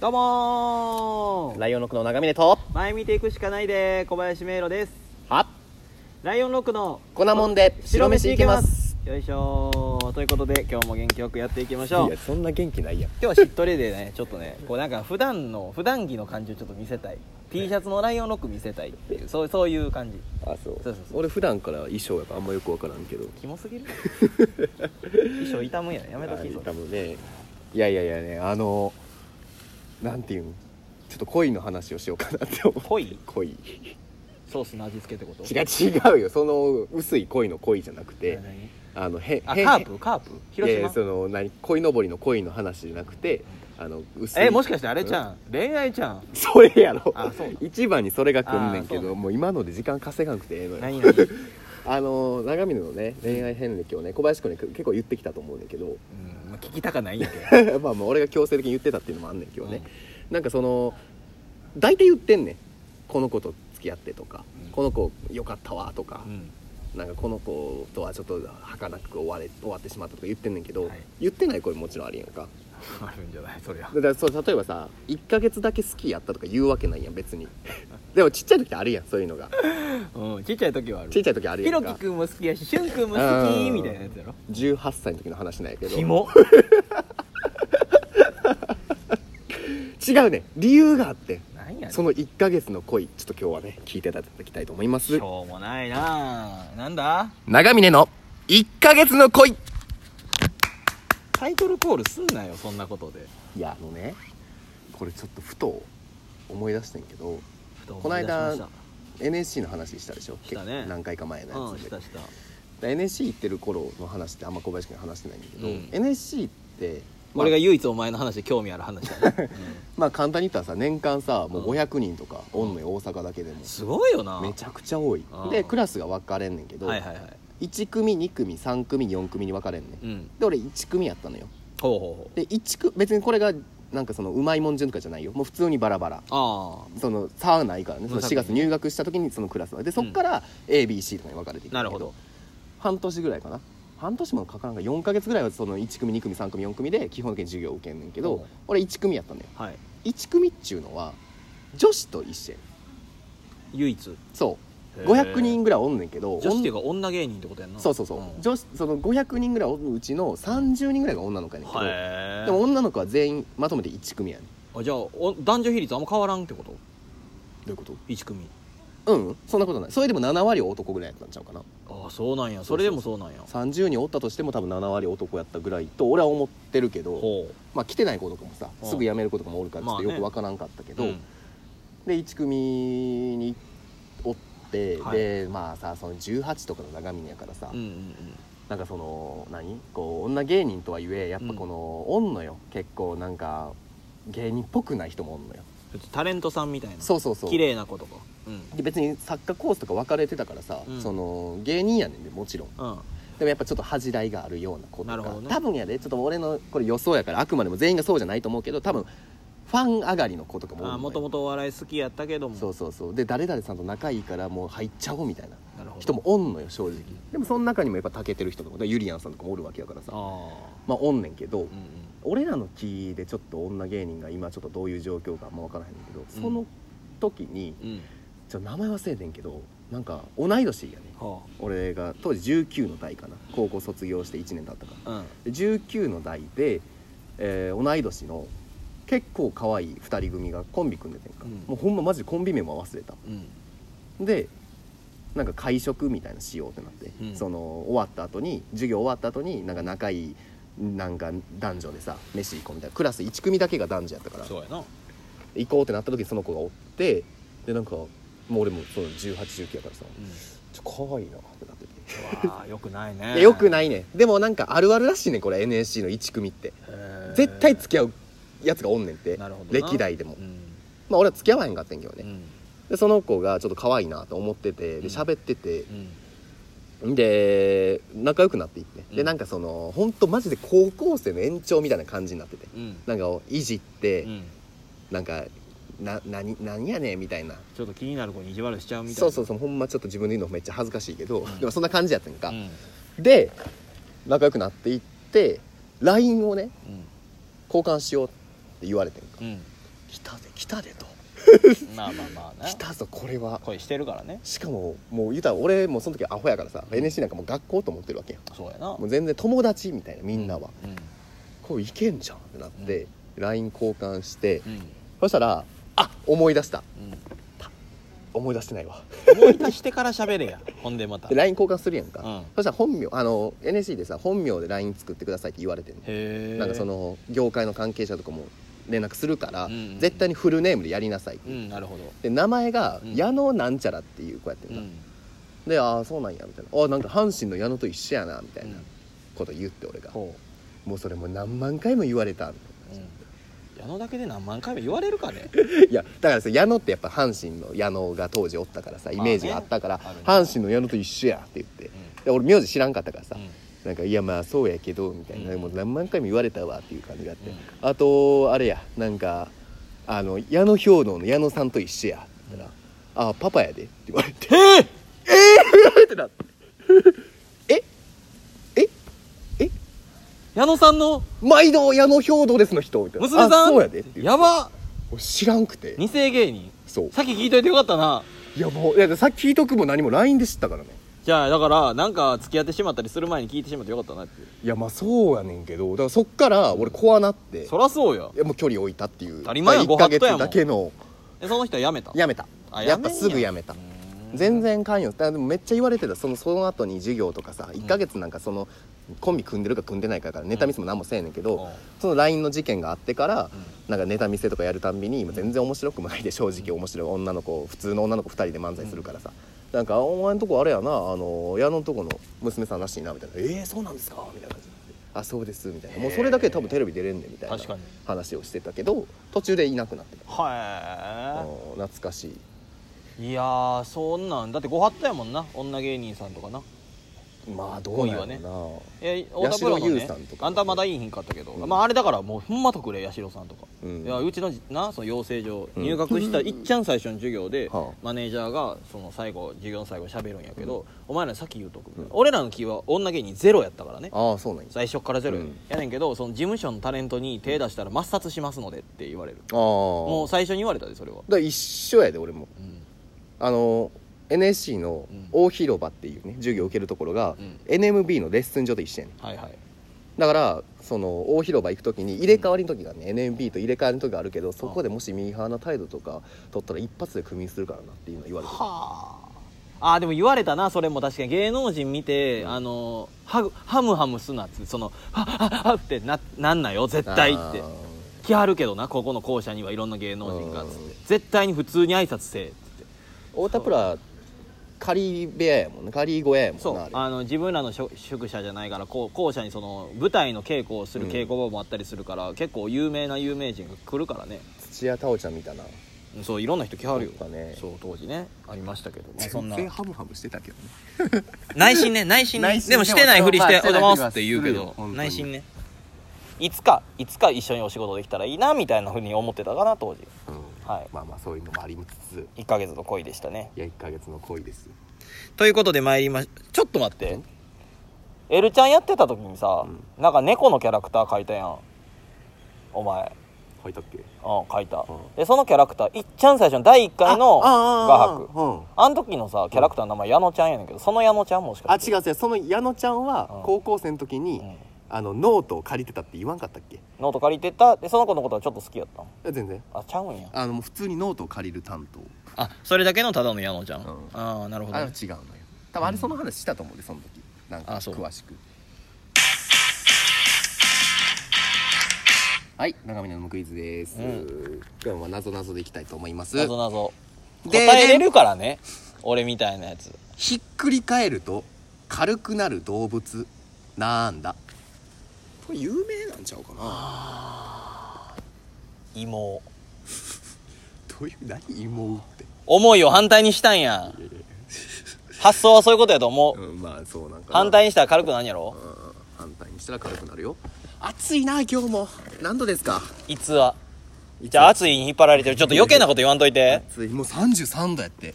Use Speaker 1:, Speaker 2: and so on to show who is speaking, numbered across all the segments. Speaker 1: どうもー
Speaker 2: ライオンロックの長峰と
Speaker 1: 前見ていくしかないで小林迷路です
Speaker 2: は
Speaker 1: ライオンロックの
Speaker 2: 粉もんで白飯いけます
Speaker 1: よいしょーということで今日も元気よくやっていきまし
Speaker 2: い
Speaker 1: ょう
Speaker 2: やそんな元気ないやん
Speaker 1: 今日はしっとりでねちょっとねこうなんか普段の普段着の感じをちょっと見せたい T シャツのライオンロック見せたいっていうそうそういう感じ
Speaker 2: あそう
Speaker 1: そうそうそう
Speaker 2: 俺普段から衣装やからあんまよくわからんけど
Speaker 1: キモ すぎる衣装痛むんやねやめとき
Speaker 2: あ
Speaker 1: それ
Speaker 2: 多分ねいやいやいやねあのなんていうんちょっと恋の話をしようかなって思う
Speaker 1: 恋
Speaker 2: 恋違
Speaker 1: ソースの味付けってこと
Speaker 2: う違うよその薄い恋の恋じゃなくて
Speaker 1: 何
Speaker 2: あのへ
Speaker 1: あ
Speaker 2: へ
Speaker 1: カープカープ広
Speaker 2: いやい
Speaker 1: 島
Speaker 2: やその何恋のぼりの恋の話じゃなくてあの薄い
Speaker 1: えもしかしてあれちゃん恋愛ちゃん
Speaker 2: それやろ
Speaker 1: あそうなん
Speaker 2: 一番にそれが来んねんけ
Speaker 1: あそうな
Speaker 2: どもう今ので時間稼がんくてええのよ
Speaker 1: 何何
Speaker 2: あの長峰のね恋愛遍歴をね小林君に結構言ってきたと思うねんだけど
Speaker 1: うんまあ聞きたかないんやけど
Speaker 2: まあまあ俺が強制的に言ってたっていうのもあんねんけどね、なんかその大体言ってんねんこの子と付き合ってとか、
Speaker 1: うん
Speaker 2: この子よかったわとか
Speaker 1: う、ん
Speaker 2: なんかこの子とはちょっと儚く終われ終わってしまったとか言ってんねんけど、
Speaker 1: はい
Speaker 2: 言ってない声もちろんあるやんか
Speaker 1: あるんじゃないそりゃ
Speaker 2: だからそう例えばさ1ヶ月だけ好きやったとか言うわけないやん別に でもちっちゃい時ってあるやんそういうのが
Speaker 1: うんちっちゃい時はある
Speaker 2: ちっちゃい時ある
Speaker 1: ひ
Speaker 2: や
Speaker 1: ろ
Speaker 2: ん
Speaker 1: き
Speaker 2: か
Speaker 1: くんも好きやししゅんくんも好
Speaker 2: う
Speaker 1: き
Speaker 2: ん
Speaker 1: みたいなやつやろ
Speaker 2: 18歳の時の話なんやけど
Speaker 1: キ モ
Speaker 2: 違うねん理由があって
Speaker 1: 何やねん
Speaker 2: その1ヶ月の恋ちょっと今日はね聞いていただきたいと思いま
Speaker 1: し
Speaker 2: す
Speaker 1: ょうもないなあなんだ
Speaker 2: 長峰の1ヶ月の恋
Speaker 1: タイトルコールすんなよそんなことで
Speaker 2: いやあのねこれちょっとふと思い出してんけど
Speaker 1: ふと
Speaker 2: この
Speaker 1: 思い出しま
Speaker 2: 間
Speaker 1: した
Speaker 2: NSC の話したでしょ
Speaker 1: したね
Speaker 2: 結構何回か前の
Speaker 1: う
Speaker 2: や
Speaker 1: ん
Speaker 2: つ
Speaker 1: し
Speaker 2: で
Speaker 1: たした
Speaker 2: で NSC 行ってる頃の話ってあんま小林君に話してないんだけど、
Speaker 1: うん
Speaker 2: NSC って、まあ
Speaker 1: 俺が唯一お前の話で興味ある話 だね
Speaker 2: まあ簡単に言ったらさ年間さもう
Speaker 1: うん
Speaker 2: 500人とかおんのよ大阪だけでも
Speaker 1: うん、すごいよな
Speaker 2: めちゃくちゃ多い
Speaker 1: うん
Speaker 2: でクラスが分かれんねんけど、
Speaker 1: はいはいはい
Speaker 2: 1組2組3組4組に分かれんねん、
Speaker 1: うん
Speaker 2: で俺1組やったのよ
Speaker 1: ほうほうほう
Speaker 2: で1組別にこれがなんかそのうまいもん順とかじゃないよもう普通にバラバラ
Speaker 1: ああ
Speaker 2: その差はないからねその
Speaker 1: 無差
Speaker 2: 4
Speaker 1: 別
Speaker 2: 月入学した時にそのクラスはでそっから ABC とかに分かれていくんだ
Speaker 1: な
Speaker 2: け
Speaker 1: るほど
Speaker 2: 半年ぐらいかな半年もかからんか4ヶ月ぐらいはその1組2組3組4組で基本的に授業を受けんねんけ
Speaker 1: うん
Speaker 2: ど俺1組やったのよ
Speaker 1: はい
Speaker 2: 1組っちゅうのは女子と一緒やね
Speaker 1: 唯一
Speaker 2: んそう500
Speaker 1: 500
Speaker 2: 人ぐらいおんねんけど
Speaker 1: 女子っていう
Speaker 2: 女
Speaker 1: か女芸人ってことやんな
Speaker 2: そうそうそう、
Speaker 1: ん
Speaker 2: 女子その500人ぐらいおるうちの30人ぐらいが女の子やねんけど、
Speaker 1: へえ
Speaker 2: でも女の子は全員まとめて1組やねん
Speaker 1: あじゃあお男女比率あんま変わらんってこと
Speaker 2: どういうこと
Speaker 1: 1組
Speaker 2: うんそんなことないそれでも7割男ぐらいやったんちゃうかな
Speaker 1: ああそうなんやそれでもそうなんや
Speaker 2: 30人おったとしても多分7割男やったぐらいと俺は思ってるけど
Speaker 1: ほ
Speaker 2: まあ来てない子とかもさ
Speaker 1: うん
Speaker 2: すぐ辞める子とかもおるからちょっ
Speaker 1: まあ
Speaker 2: と
Speaker 1: ね
Speaker 2: よくわからんかったけ
Speaker 1: う、
Speaker 2: ど、
Speaker 1: うん、
Speaker 2: で1組におって、
Speaker 1: はい
Speaker 2: でまあさその18とかの長峰やからさ、
Speaker 1: うんうん
Speaker 2: なんかその何こう女芸人とはいえやっぱこの、おんのよ結構なんか芸人っぽくない人もおんのよ
Speaker 1: うんタレントさんみたいな
Speaker 2: そうそうそう
Speaker 1: 綺麗な子とかうん
Speaker 2: で別に作家コースとか分かれてたからさ、
Speaker 1: うん
Speaker 2: その芸人やねんでもちろん
Speaker 1: うん
Speaker 2: でもやっぱちょっと恥じらいがあるような子と
Speaker 1: なる
Speaker 2: か、
Speaker 1: ほどね
Speaker 2: 多分やでちょっと俺のこれ予想やからあくまでも全員がそうじゃないと思うけど多分ファン上がりの子とかもおるの
Speaker 1: あ
Speaker 2: よ
Speaker 1: もともとお笑い好きやったけども
Speaker 2: そうそうそうで誰々さんと仲いいからもう入っちゃおうみたいな
Speaker 1: なるほど
Speaker 2: 人もおんのよ正直でもその中にもやっぱたけてる人とかユリアンさんとかもおるわけやからさ
Speaker 1: あ
Speaker 2: まあおんねんけど、
Speaker 1: あうんうん
Speaker 2: 俺らの気でちょっと女芸人が今ちょっとどういう状況かあんま分からへんねんけど、
Speaker 1: ん
Speaker 2: その時に
Speaker 1: うん
Speaker 2: ちょっと名前忘れてんけどなんか同い年やね
Speaker 1: は
Speaker 2: 俺が当時19の代かな高校卒業して1年経ったから
Speaker 1: あうん
Speaker 2: で19の代で、えー同い年の結構可愛い2人組がコンビ組んでてんか、
Speaker 1: うん
Speaker 2: もうほんまマジでコンビ名も忘れた
Speaker 1: うん
Speaker 2: でなんか会食みたいなしようってなって、
Speaker 1: うん
Speaker 2: その終わった後に授業終わった後になんか仲いいなんか男女でさ飯行こうみたいなクラス1組だけが男女やったから
Speaker 1: そうやな
Speaker 2: 行こうってなった時にその子がおってでなんかもう俺もその1819やからさ
Speaker 1: う
Speaker 2: ちょ可愛いなってなってて、
Speaker 1: んわあよくないね
Speaker 2: よく
Speaker 1: い
Speaker 2: ないねでもなんかあるあるらしいねこれ NSC の1組って絶対付き合うやつがおんねんって
Speaker 1: なるほどな
Speaker 2: 歴代でも、
Speaker 1: うん
Speaker 2: まあ俺は付き合わへんかったんやけど
Speaker 1: う
Speaker 2: ね、
Speaker 1: ん
Speaker 2: でその子がちょっと可愛いなと思ってて
Speaker 1: うん
Speaker 2: で喋ってて
Speaker 1: う、ん
Speaker 2: で仲良くなっていって、
Speaker 1: う
Speaker 2: で
Speaker 1: ん
Speaker 2: なんかその本当マジで高校生の延長みたいな感じになってて
Speaker 1: うん
Speaker 2: なんかいじって、
Speaker 1: うん
Speaker 2: なんかな何何やねんみたいな
Speaker 1: ちょっと気になる子に意地悪しちゃうみたいな
Speaker 2: そうそうそうほんまちょっと自分で言うのめっちゃ恥ずかしいけど、
Speaker 1: うん
Speaker 2: でもそんな感じやったんか、
Speaker 1: うん
Speaker 2: で仲良くなっていって LINE をね
Speaker 1: うん
Speaker 2: 交換しようって言われてんか
Speaker 1: うん
Speaker 2: 来たで来たでと
Speaker 1: まあまあまあ な
Speaker 2: 来たぞこれは
Speaker 1: 恋してるからね
Speaker 2: しかももう言うたら俺もその時アホやからさ NSC なんかもう学校と思ってるわけよ
Speaker 1: そうやな
Speaker 2: もう全然友達みたいなみんなは、
Speaker 1: うん
Speaker 2: こういけんじゃんってなって、LINE 交換して、
Speaker 1: うん
Speaker 2: そしたらあ思い出した
Speaker 1: う
Speaker 2: 思い出してないわ
Speaker 1: ん思い出してから喋れや ほんでまた
Speaker 2: で
Speaker 1: へ
Speaker 2: LINE 交換するやんか、
Speaker 1: うん
Speaker 2: そしたら本名あの NSC でさ本名で LINE 作ってくださいって言われてんの
Speaker 1: え
Speaker 2: なんかその業界の関係者とかも連絡するから、
Speaker 1: うんうんうん
Speaker 2: 絶対にフルネームでやりなさいって、
Speaker 1: うんなるほど
Speaker 2: で名前が
Speaker 1: うん
Speaker 2: 矢野なんちゃらっていう子やって
Speaker 1: うんん
Speaker 2: か、でああそうなんやみたいなあなんか阪神の矢野と一緒やなみた
Speaker 1: う
Speaker 2: いなんこと言って俺が、
Speaker 1: ほ
Speaker 2: もうそれもう何万回も言われたみ
Speaker 1: うう
Speaker 2: たいな、
Speaker 1: ん矢野だけで何万回も言われるかね
Speaker 2: いやだからさ矢野ってやっぱ阪神の矢野が当時おったからさイメージがあったから、
Speaker 1: まあねあるね
Speaker 2: 阪神の矢野と一緒やって言って、
Speaker 1: う
Speaker 2: で俺名字知らんかったからさ、
Speaker 1: んうん
Speaker 2: なんかいやまあそうやけどみたいな、
Speaker 1: うん
Speaker 2: もう何万回も言われたわっていう感じがあって、
Speaker 1: うん
Speaker 2: あとあれやなんかあの矢野兵道の矢野さんと一緒やって言ったら「あパパやで」って言われて「ええー、 ってなって「えええ
Speaker 1: 矢野さんの
Speaker 2: 毎度矢野兵道ですの人」みたいな「
Speaker 1: 娘さ
Speaker 2: あ
Speaker 1: ん
Speaker 2: そうやで」って言って
Speaker 1: やば
Speaker 2: 俺知らんくて
Speaker 1: 二世芸人
Speaker 2: そう
Speaker 1: さっき聞いといてよかったない
Speaker 2: やもういやさっき聞いとくも何も LINE で知ったからね
Speaker 1: じゃあだからなんか付き合ってしまったりする前に聞いてしまってよかったなっていう
Speaker 2: いやまあそうやねんけどだからそっから俺怖なって
Speaker 1: そらそうや
Speaker 2: いやもう距離置いたっていう
Speaker 1: 当たり前や
Speaker 2: 1
Speaker 1: ご
Speaker 2: ヶ
Speaker 1: 法
Speaker 2: 月
Speaker 1: 度やもん
Speaker 2: だけの
Speaker 1: えその人は辞めた
Speaker 2: やめた
Speaker 1: あ
Speaker 2: や
Speaker 1: や
Speaker 2: っ
Speaker 1: めんや
Speaker 2: ぱすぐやめた全然関与だからでもめっちゃ言われてたそのその後に授業とかさ1ヶ月なんかそのコンビ組んでるか組んでないかやからネタ見せも何もせえねんけ
Speaker 1: うん
Speaker 2: どその LINE の事件があってからなんかネタ見せとかやるたんびに今全然面白くもないで正直面白い女の子普通の女の子2人で漫才するからさなんか「お前のとこあれやなあの矢野のとこの娘さんらしいな」みたいな「ええそうなんですか」みたいな感じになってあそうです」みたいなもうそれだけで多分テレビ出れんねんみたいな
Speaker 1: 確かに
Speaker 2: 話をしてたけど途中でいなくなってたあ
Speaker 1: は
Speaker 2: ー懐かしい
Speaker 1: えいやーそんなんだってご法度やもんな女芸人さんとかな
Speaker 2: まあどうなんやろうな
Speaker 1: 恋え太田プロの、
Speaker 2: 八代優
Speaker 1: ね
Speaker 2: さんと、か
Speaker 1: あんたまだいいひんかったけど、
Speaker 2: うん
Speaker 1: まああれだからもうほんま特例八代さんとか、
Speaker 2: うん
Speaker 1: いやうちのじなその養成所
Speaker 2: うん
Speaker 1: 入学したいっちゃん最初の授業で、
Speaker 2: はあ
Speaker 1: マネージャーがその最後授業の最後喋るんやけど、
Speaker 2: うん
Speaker 1: お前ら先言うとく、
Speaker 2: うん
Speaker 1: 俺らの気は女芸人ゼロやったからね
Speaker 2: ああそうなんやあ
Speaker 1: 最初からゼロや,、
Speaker 2: うん
Speaker 1: ねんけどその事務所のタレントに手出したら抹殺しますのでって言われる、
Speaker 2: あも
Speaker 1: もう最初に言われたでそれは、
Speaker 2: だから一緒やで俺も
Speaker 1: うん
Speaker 2: あの NSC の
Speaker 1: うん
Speaker 2: 大広場っていうね授業受けるところが、
Speaker 1: うん
Speaker 2: NMB のレッスン所と一緒やねん
Speaker 1: はいはい
Speaker 2: だからその大広場行く時に入れ替わりの時がね、NMB と入れ替わりの時があるけどそこでもしミーハーな態度とか取ったら一発でクビにするからなっていうの言われてる
Speaker 1: はああーでも言われたなそれも確かに芸能人見て、
Speaker 2: うん
Speaker 1: あのハグハムハムすなってそのハッハッハッってななんなよ絶対っ
Speaker 2: あ
Speaker 1: て
Speaker 2: ー
Speaker 1: 来はるけどなここの校舎にはいろんな芸能人が
Speaker 2: うん
Speaker 1: つって絶対に普通に挨拶せえっつって
Speaker 2: 太田プラ仮部屋やもんね仮小屋やもんな
Speaker 1: そう
Speaker 2: あれ
Speaker 1: あの自分らの宿宿舎じゃないからこう校舎にその舞台の稽古をする稽古場もあったりするから、結構有名な有名人が来るからね
Speaker 2: 土屋太鳳ちゃんみたいな
Speaker 1: うんそういろんな人来はるよ
Speaker 2: そうかね
Speaker 1: そう当時ねありましたけど、まあ、そんな
Speaker 2: 全然ハムハムしてたけどね
Speaker 1: 内心ね内心ね
Speaker 2: 内心
Speaker 1: でもしてないふりして「おは
Speaker 2: で
Speaker 1: よう
Speaker 2: も
Speaker 1: ご
Speaker 2: まあ
Speaker 1: ざいます」って言うけ
Speaker 2: してない
Speaker 1: ど
Speaker 2: ふりはするよ
Speaker 1: 内心ねいつかいつか一緒にお仕事できたらいいなみたいなふうに思ってたかな当時はい
Speaker 2: まあまあそういうのもありつつ
Speaker 1: 1ヶ月の恋でしたね
Speaker 2: いや1ヶ月の恋です
Speaker 1: ということで参りましちょっと待ってエルちゃんやってた時にさ、
Speaker 2: う
Speaker 1: なんか猫のキャラクター描いたやんお前
Speaker 2: 書いたっけ
Speaker 1: うん描いた、
Speaker 2: うん
Speaker 1: でそのキャラクターいっちゃん最初の第1回の画伯
Speaker 2: 伯
Speaker 1: あの時のさキャラクターの名前矢野ちゃんやねんけどその矢野ちゃんもし
Speaker 2: あ
Speaker 1: かして
Speaker 2: 違う違うその矢野ちゃんは
Speaker 1: うん
Speaker 2: 高校生の時に、
Speaker 1: うん
Speaker 2: あのノートを借りてたって言わんかったっけ
Speaker 1: ノート借りてたでその子のことはちょっと好きやったん
Speaker 2: あ全然
Speaker 1: あちゃうんや
Speaker 2: あのもう普通にノートを借りる担当
Speaker 1: あそれだけのただの矢野じゃん、
Speaker 2: ん
Speaker 1: ああなるほど、
Speaker 2: あれ
Speaker 1: ね
Speaker 2: は、違うのよ多分あれその話したと思うでその時なんか
Speaker 1: あそう
Speaker 2: 詳しくはい長峰の無クイズです、
Speaker 1: うん
Speaker 2: 今日は謎謎でいきたいと思います
Speaker 1: なぞなぞ
Speaker 2: で
Speaker 1: 答えれるからね俺みたいなやつ
Speaker 2: ひっくり返ると軽くなる動物なんだこれ有名なんちゃうかな
Speaker 1: 芋
Speaker 2: どういう何芋って
Speaker 1: 思いを反対にしたん や発想はそういうことやと思う、
Speaker 2: うんまあそうなんかな
Speaker 1: 反対にしたら軽くなんやろ
Speaker 2: うん反対にしたら軽くなるよ暑いな今日も何度ですか
Speaker 1: 逸話じゃあ暑いに引っ張られてるちょっと余計なこと言わんといて
Speaker 2: 暑いもう33度やって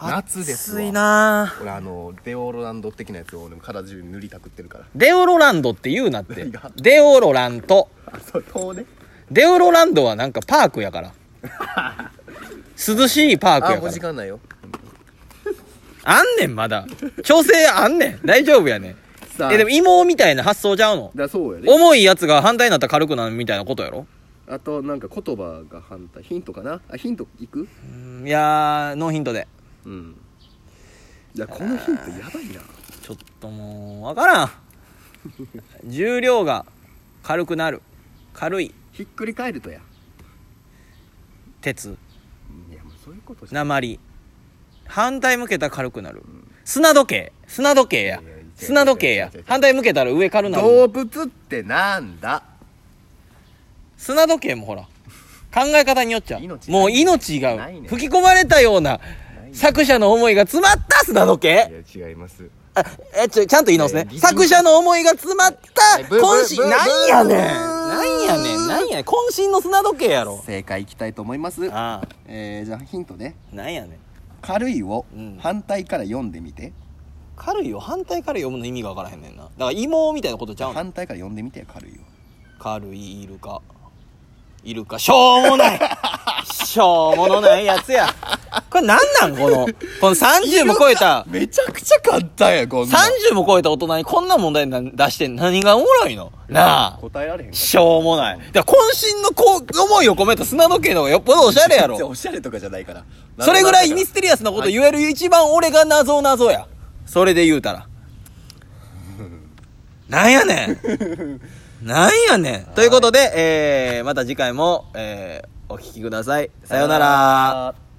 Speaker 2: 夏ですわ
Speaker 1: 暑いな
Speaker 2: 俺あのデオロランド的なやつを俺も体中に塗りたくってるから
Speaker 1: デオロランドって言うなって
Speaker 2: 何が
Speaker 1: デオロラント
Speaker 2: あそう遠ね
Speaker 1: デオロランドはなんかパークやから 涼しいパーク
Speaker 2: あ
Speaker 1: やか
Speaker 2: もう
Speaker 1: ら
Speaker 2: 時間ないよ
Speaker 1: あんねんまだ調整あんねん大丈夫やねん
Speaker 2: さあ
Speaker 1: えでも芋みたいな発想ちゃうの
Speaker 2: だそうやね
Speaker 1: 重いやつが反対になったら軽くなるみたいなことやろ
Speaker 2: あとなんか言葉が反対ヒントかなあヒントいく
Speaker 1: うんいやーノーヒントで
Speaker 2: うんいやこのヒントやばいな
Speaker 1: ちょっともうわからん 重量が軽くなる軽い
Speaker 2: ひっくり返るとや
Speaker 1: 鉄
Speaker 2: いやもうそういうことじゃ
Speaker 1: 鉛反対向けたら軽くなる砂時計砂時計や
Speaker 2: いやいや違う
Speaker 1: 砂時計や
Speaker 2: 違う違う違う
Speaker 1: 反対向けたら上軽な
Speaker 2: 動
Speaker 1: る
Speaker 2: 物ってなんだ
Speaker 1: 砂時計もほら考え方によっちゃ
Speaker 2: 命ない
Speaker 1: もう命が
Speaker 2: ないね
Speaker 1: 吹き込まれたような
Speaker 2: ないね
Speaker 1: 作者の思いが詰まった砂時計
Speaker 2: いや違います
Speaker 1: あえちょちゃんと言い直すね
Speaker 2: えー
Speaker 1: 作者の思いが詰まった
Speaker 2: えーブーブー
Speaker 1: 渾身
Speaker 2: ブーブー
Speaker 1: なんやねん
Speaker 2: ブ
Speaker 1: なんやねんなんやねん渾身の砂時計やろ
Speaker 2: 正解いきたいと思います
Speaker 1: あ
Speaker 2: えー、じゃあヒントね
Speaker 1: あなんやねん
Speaker 2: 軽いを
Speaker 1: うん
Speaker 2: 反対から読んでみて、
Speaker 1: 軽いを反対から読むの意味がわからへんねんなだから芋みたいなことちゃうの
Speaker 2: 反対から読んでみて軽いを
Speaker 1: 軽いイルカイルカしょうもないしょうものないやつやこれなんなんこのこの30も超えた
Speaker 2: めちゃくちゃ簡単やこんなん
Speaker 1: 30も超えた大人にこんな問題な出して何がおもろいのなあ
Speaker 2: 答えられへん
Speaker 1: しょうもない。だから渾身のこう思いを込めた砂時計の方がよっぽどおしゃれや
Speaker 2: 全然
Speaker 1: ろ。
Speaker 2: おしゃれとかじゃないから
Speaker 1: それぐらいミス
Speaker 2: テ
Speaker 1: テリアスなこと言える一番俺が謎謎や。それで言う たら。なんやねん。なんやねん。ということで、えー、また次回も、えー、お聞きください。さようなら。
Speaker 2: ら